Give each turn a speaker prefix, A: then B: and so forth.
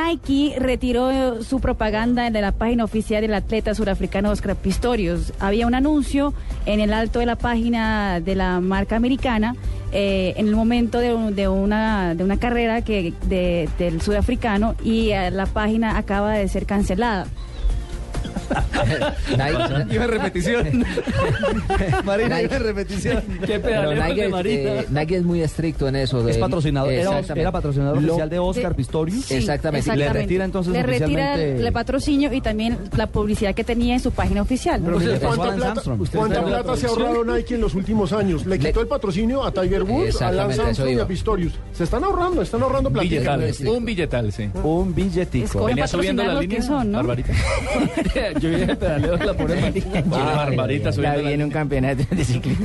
A: Nike retiró eh, su propaganda de la página oficial del atleta surafricano Oscar Pistorius. Había un anuncio en el alto de la página de la marca americana eh, en el momento de, un- de una, de una carrera que, de- del sudafricano y eh, la página acaba de ser cancelada.
B: Nike,
C: Iba en repetición. Marina, iba en repetición.
D: Qué
B: pero
D: pedaleo
B: Nike,
D: de
B: es,
D: Marina.
B: eh, Nike es muy estricto en eso. de-
C: Es patrocinador, era,
B: Exactamente.
C: era patrocinador
B: Lo-
C: oficial de Oscar Pistorius.
A: Sí,
B: Exactamente.
C: Le retira entonces
A: Le retira
C: oficialmente-
A: el patrocinio y también la publicidad que tenía en su página oficial.
C: Pero
E: Usted,
C: mire, pasó
E: Pues, ¿cuánta
C: Lance
E: plata,
C: Armstrong.
E: ¿cuánta
C: Usted sabe la
E: plata se ha ahorrado Nike en los últimos años? Le
B: Le-
E: quitó el patrocinio a Tiger Woods, a
B: Exactamente,
E: Lance
B: eso
E: Armstrong y
B: iba.
E: a Pistorius. Se están ahorrando, están ahorrando plata.
B: Billetal.
D: Billetal, un billetal, sí.
C: Un billetico.
A: Escoge-
D: Venía subiendo
A: patrocinar
D: la
A: lo
D: línea,
A: que son, ¿no?
D: Barbarita. Yo vi el pedaleo de la pobre Marina.
B: Madre
D: Barbarita
B: mía.
D: subiendo la línea.
F: un campeonato de ciclismo.